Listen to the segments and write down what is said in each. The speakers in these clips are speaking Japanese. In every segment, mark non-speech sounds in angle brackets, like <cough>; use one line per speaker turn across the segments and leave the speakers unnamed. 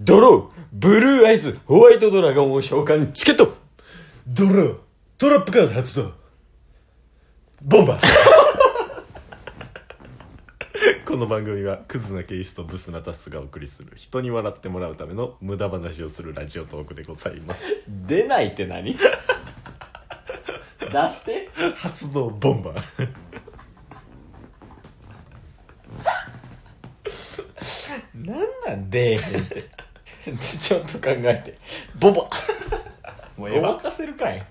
ドロー、ブルーアイス、ホワイトドラゴンを召喚、チケット
ドロートラップカード発動ボンバー
<laughs> この番組はクズなケースとブスなタスがお送りする人に笑ってもらうための無駄話をするラジオトークでございます
出ないって何出して
発動ボンバー
なんなんでえへんってちょっと考えてボボ
もうええ
ごま
わ
かせるかい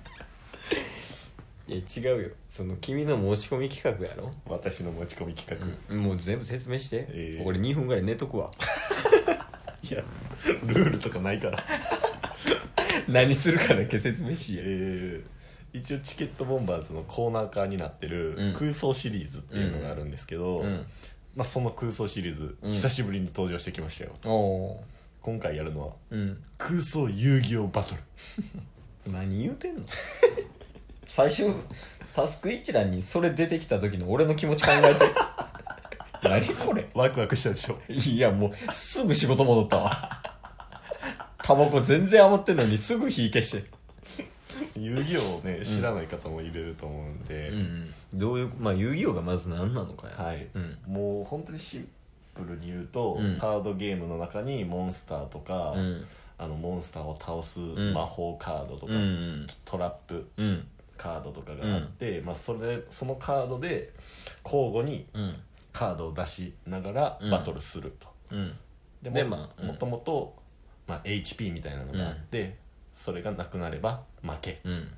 いや違うよその君の持ち込み企画やろ
私の持ち込み企画、
もう全部説明して、
ええ
俺2分ぐらい寝とくわ <laughs>
いやルールとかないから
何するかだけ説明しや
えー、一応チケットボンバーズのコーナー化になって
う
る
ん
空想シリーズっていうのがあるんですけど、
うん
まあ、その空想シリーズ、
うん
久しぶりに登場してきましたよ
おお
今回やるのは
ーうん
空想遊戯王バトル
何言うてんの <laughs> 最初タスク一覧にそれ出てきた時の俺の気持ち考えて <laughs> 何これ
ワクワクしたでしょ
いやもうすぐ仕事戻ったわタバコ全然余ってんのにすぐ火消して
遊戯王をね知らない方もいると思うんで、
ん、どういうまあ遊戯王がまず何なのかや
はい
うん
もう本当にシンプルに言うと、
うん
カードゲームの中にモンスターとか、
うん
あのモンスターを倒す
ん
魔法カードとか、
うん
トラップ
うん
カードとかがあって、まあ、それそのカードで交互に
うん
カードを出しながら
うん
バトルすると、
うん
でも
でまあうん
もともと、まあ、HP みたいなのがあって、それがなくなれば負け、
うん
ま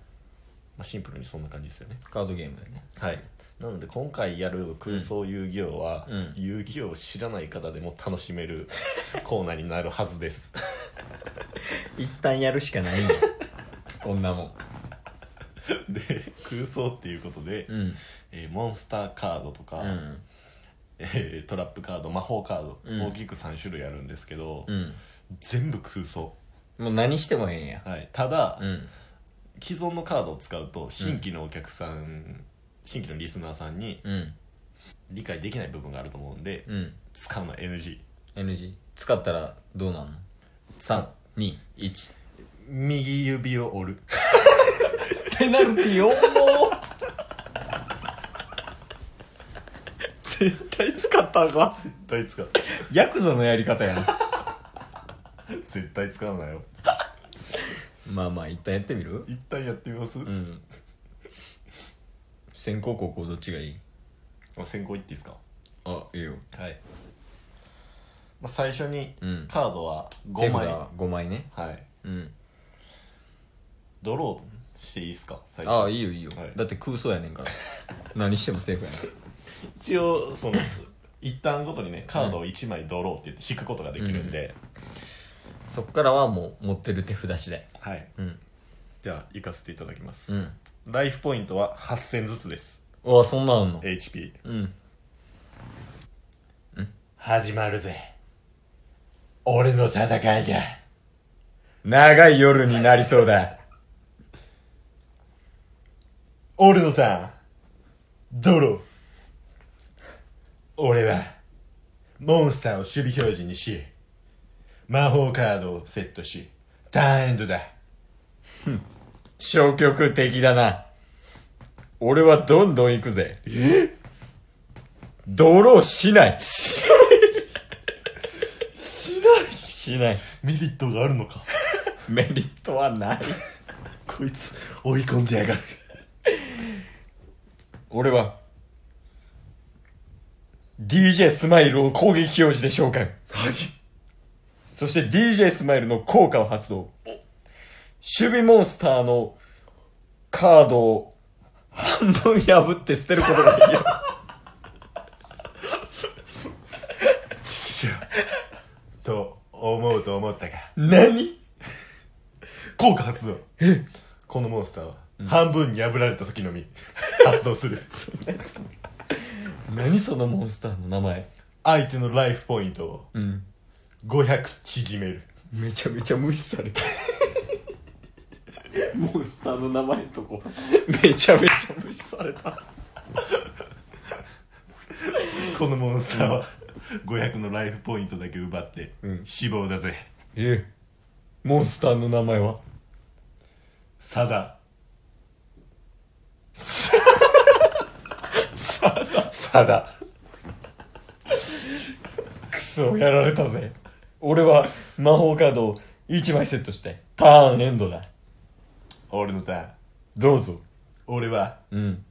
あ、シンプルにそんな感じですよね
カードゲームだね
はい、なので今回やる空想遊戯王は、
うん
遊戯王を知らない方でも楽しめる
<laughs>
コーナーになるはずです
一旦やるしかないんや <laughs> こんなもん
で空想っていうことで、
うん
えーモンスターカードとか、
うん
えートラップカード魔法カード、
うん
大きく3種類あるんですけど、
うん
全部空想、
もう何してもええんや
はい、ただ、
うん
既存のカードを使うと新規のお客さん、新規のリスナーさんに
うん
理解できない部分があると思うんで、
うん
使うの NG
NG 使ったらどうなんの321
右指を折る
ペナルティ4も <laughs> 絶対使ったらあかん
絶対使う
ヤクザのやり方やな
絶対使うなよ
まあまあ一旦やってみる
一旦やってみます、
うん先攻後攻どっちがいい
あ先行いっていいですか
あいいよ
はい、まあ、最初に
うん
カードは5枚、は
5枚ね
い
うん
ドローしていいですか最初
ああいいよいいよ、
はい
だって空想やねんから <laughs> 何してもセーフや
一応そのす一旦ごとにねカードを1枚ドローって言って引くことができるんで、
なそっからはもう持ってる手札次第
はい
うん
では行かせていただきます、ライフポイントは8000ずつです
うわそんなんあんの
HP
うん
始まるぜ俺の戦いが
長い夜になりそうだ
俺のターンドロー俺はモンスターを守備表示にし魔法カードをセットしターンエンドだ
消極的だな俺はどんどん行くぜえドローしないしないしない
メリットがあるのか
メリットはない
こいつ追い込んでやがる
俺は DJ スマイルを攻撃表示で召喚
何
そして DJ スマイルの効果を発動。守備モンスターのカードを半分破って捨てることができる。
ちくしょうと思うと思ったが
<laughs> 何
<laughs> 効果発動このモンスターは半分に破られた時のみ発動 <laughs> する
何そのモンスターの名前。
相手のライフポイントを
うん。
500縮める
めちゃめちゃ無視された。 <laughs> モンスターの名前とこ。めちゃめちゃ無視された。
このモンスターは500のライフポイントだけ奪って
ん
死亡だぜ
えモンスターの名前は
サダ
サダクソやられたぜ俺は魔法カードを1枚セットしてターンエンドだ
俺のターン
どうぞ
俺は
うん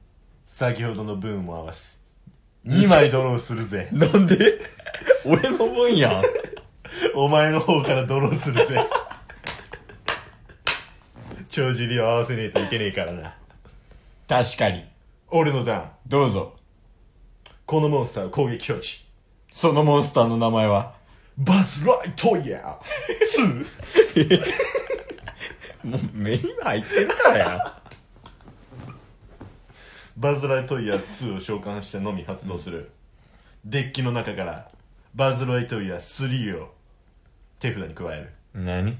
先ほどの分も合わせ2枚ドローするぜ
なんで <laughs> 俺の分やん
お前の方からドローするぜ帳尻を合わせねえといけねえからな
確かに
俺のターン
どうぞ
このモンスターを攻撃表示
そのモンスターの名前は
バズ・ライトイヤー
もう目今入ってるからや
バズ・ライトイヤー2を召喚してのみ発動する、デッキの中からバズ・ライトイヤー3を手札に加える
何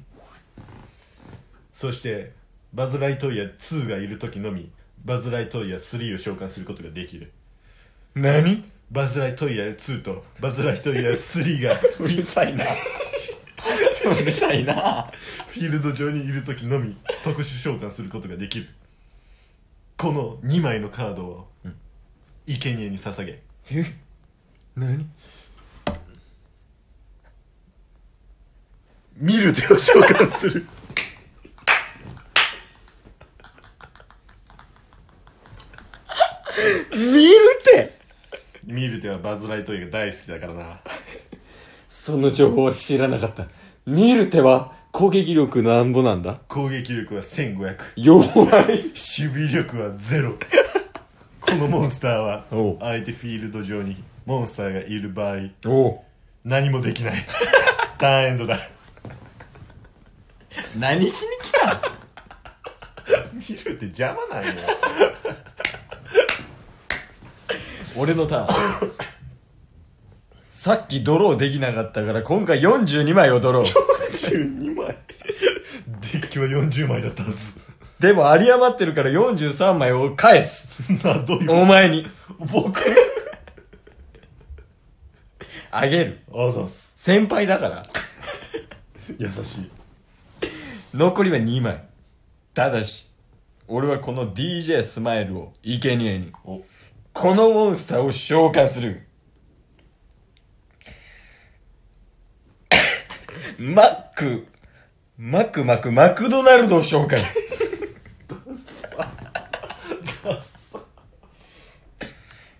そしてバズ・ライトイヤー2がいる時のみバズ・ライトイヤー3を召喚することができる
何
バズ・ライトイヤー2とバズ・ライトイヤー3が
うるさいな <laughs> うるさいな
フィールド上にいる時のみ特殊召喚することができるこの2枚のカードを生贄に捧げ
え何
見る手を召喚する
見るって
見る手はバズ・ライトイヤーが大好きだからな
その情報は知らなかった見る手は攻撃力なんぼなんだ
攻撃力は1500
弱い
守備力はゼロこのモンスターは
おう
相手フィールド上にモンスターがいる場合
お
何もできないターンエンドだ
何しに来た
見るって邪魔なんよ
俺のターンさっきドローできなかったから今回42枚をドロー
12枚デッキは40枚だったはず
でも有り余ってるから43枚を返す
なあどういう
お前に
僕
あげる
あざっす
先輩だから
優しい
残りは2枚ただし俺はこの DJ スマイルを生贄に
お
このモンスターを召喚するマックマクマクマクドナルドを召喚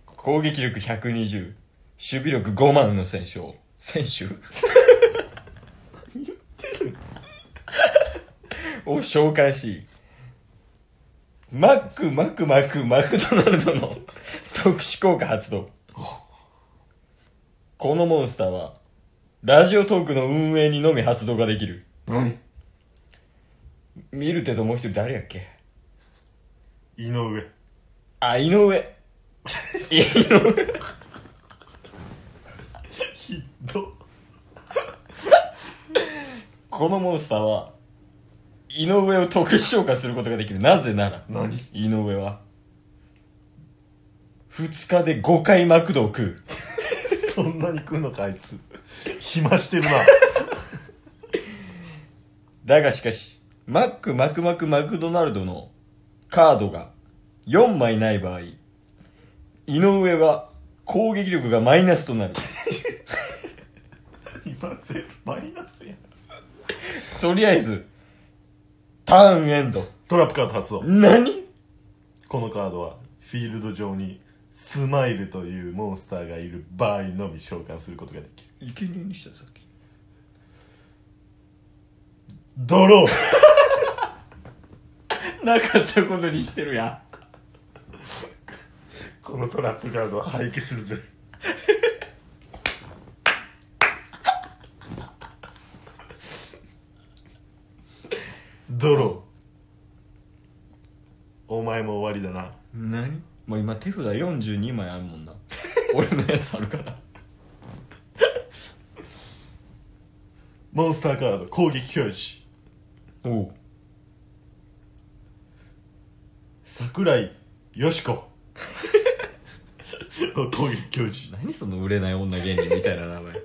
攻撃力120守備力5万の選手を選手を召喚しマックマクマクマクドナルドの特殊効果発動このモンスターはラジオトークの運営にのみ発動ができる
何
見る手ともう一人誰やっけ
井上
あ井上井上
ひど
このモンスターは井上を特殊召喚することができるなぜなら
何
井上は2日で5回マクドを食う
そんなに食うのかあいつ暇してるな
だがしかし、マック、マクマク、マクドナルドのカードが4枚ない場合、井上は攻撃力がマイナスとなる。
今ゼロマイナスやん
とりあえず、ターンエンド。
トラップカード発動
何
このカードはフィールド上にスマイルというモンスターがいる場合のみ召喚することができる
生贄にしたさっき。
ドロー
なかったことにしてるやん。
このトラップカードは廃棄するぜドローお前も終わりだな
何もう今手札42枚あるもんな。 <laughs> 俺のやつあるから。
モンスターカード攻撃表示
おう。
桜井よしこ攻撃表示
何その売れない女芸人みたいな名前。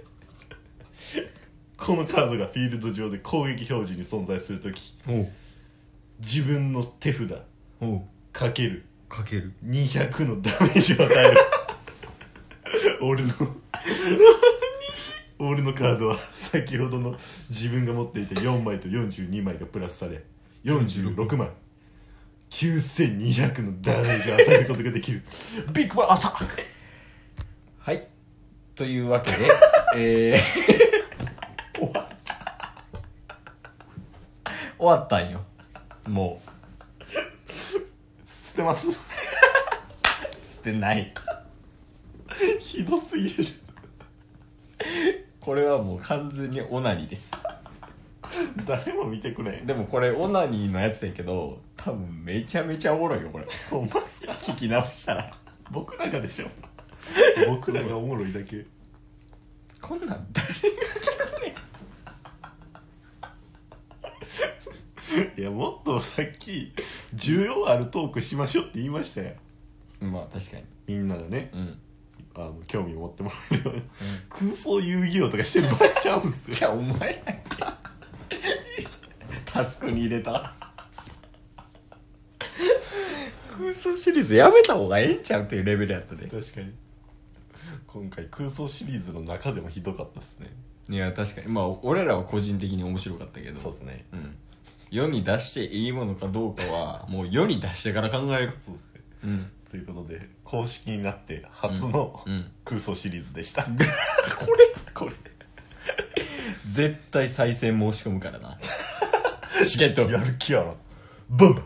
このカードがフィールド上で攻撃表示に存在するとき
おう
自分の手札
おう
かける
かける
200のダメージを与える俺の俺のカードは先ほどの自分が持っていた4枚と42枚がプラスされ46枚9200のダメージを与えることができるビッグバンアタック
はいというわけ <laughs> でえー、 <laughs> 終わった終わったんよもう
捨てます
捨てない
ひどすぎる
これはもう完全にオナニーです
誰も見てくれん
でもこれオナニーのやつやけど多分めちゃめちゃおもろいよこれ
ほんまっすか
聞き直したら
僕らがでしょ僕らがおもろいだけ
こんなん誰
いやもっとさっき需要あるトークしましょうって言いましたよ
まあ確かに
みんながね
うん
あの興味を持ってもらえるように、空想遊戯王とかしてる場合ちゃうんすよ
じゃあお前らやんけタスクに入れた空想シリーズやめた方がええんちゃうっていうレベルやったで
確かに今回空想シリーズの中でもひどかったっすね
いや確かにまあ俺らは個人的に面白かったけど
そうっすね
うん世に出していいものかどうかはもう世に出してから考える
そうっすね
うん
ということで公式になって初の
うんうん
空想シリーズで <laughs> した、
これ
これ
<laughs> 絶対再選申し込むからなチケット
<laughs> やる気やろバンバン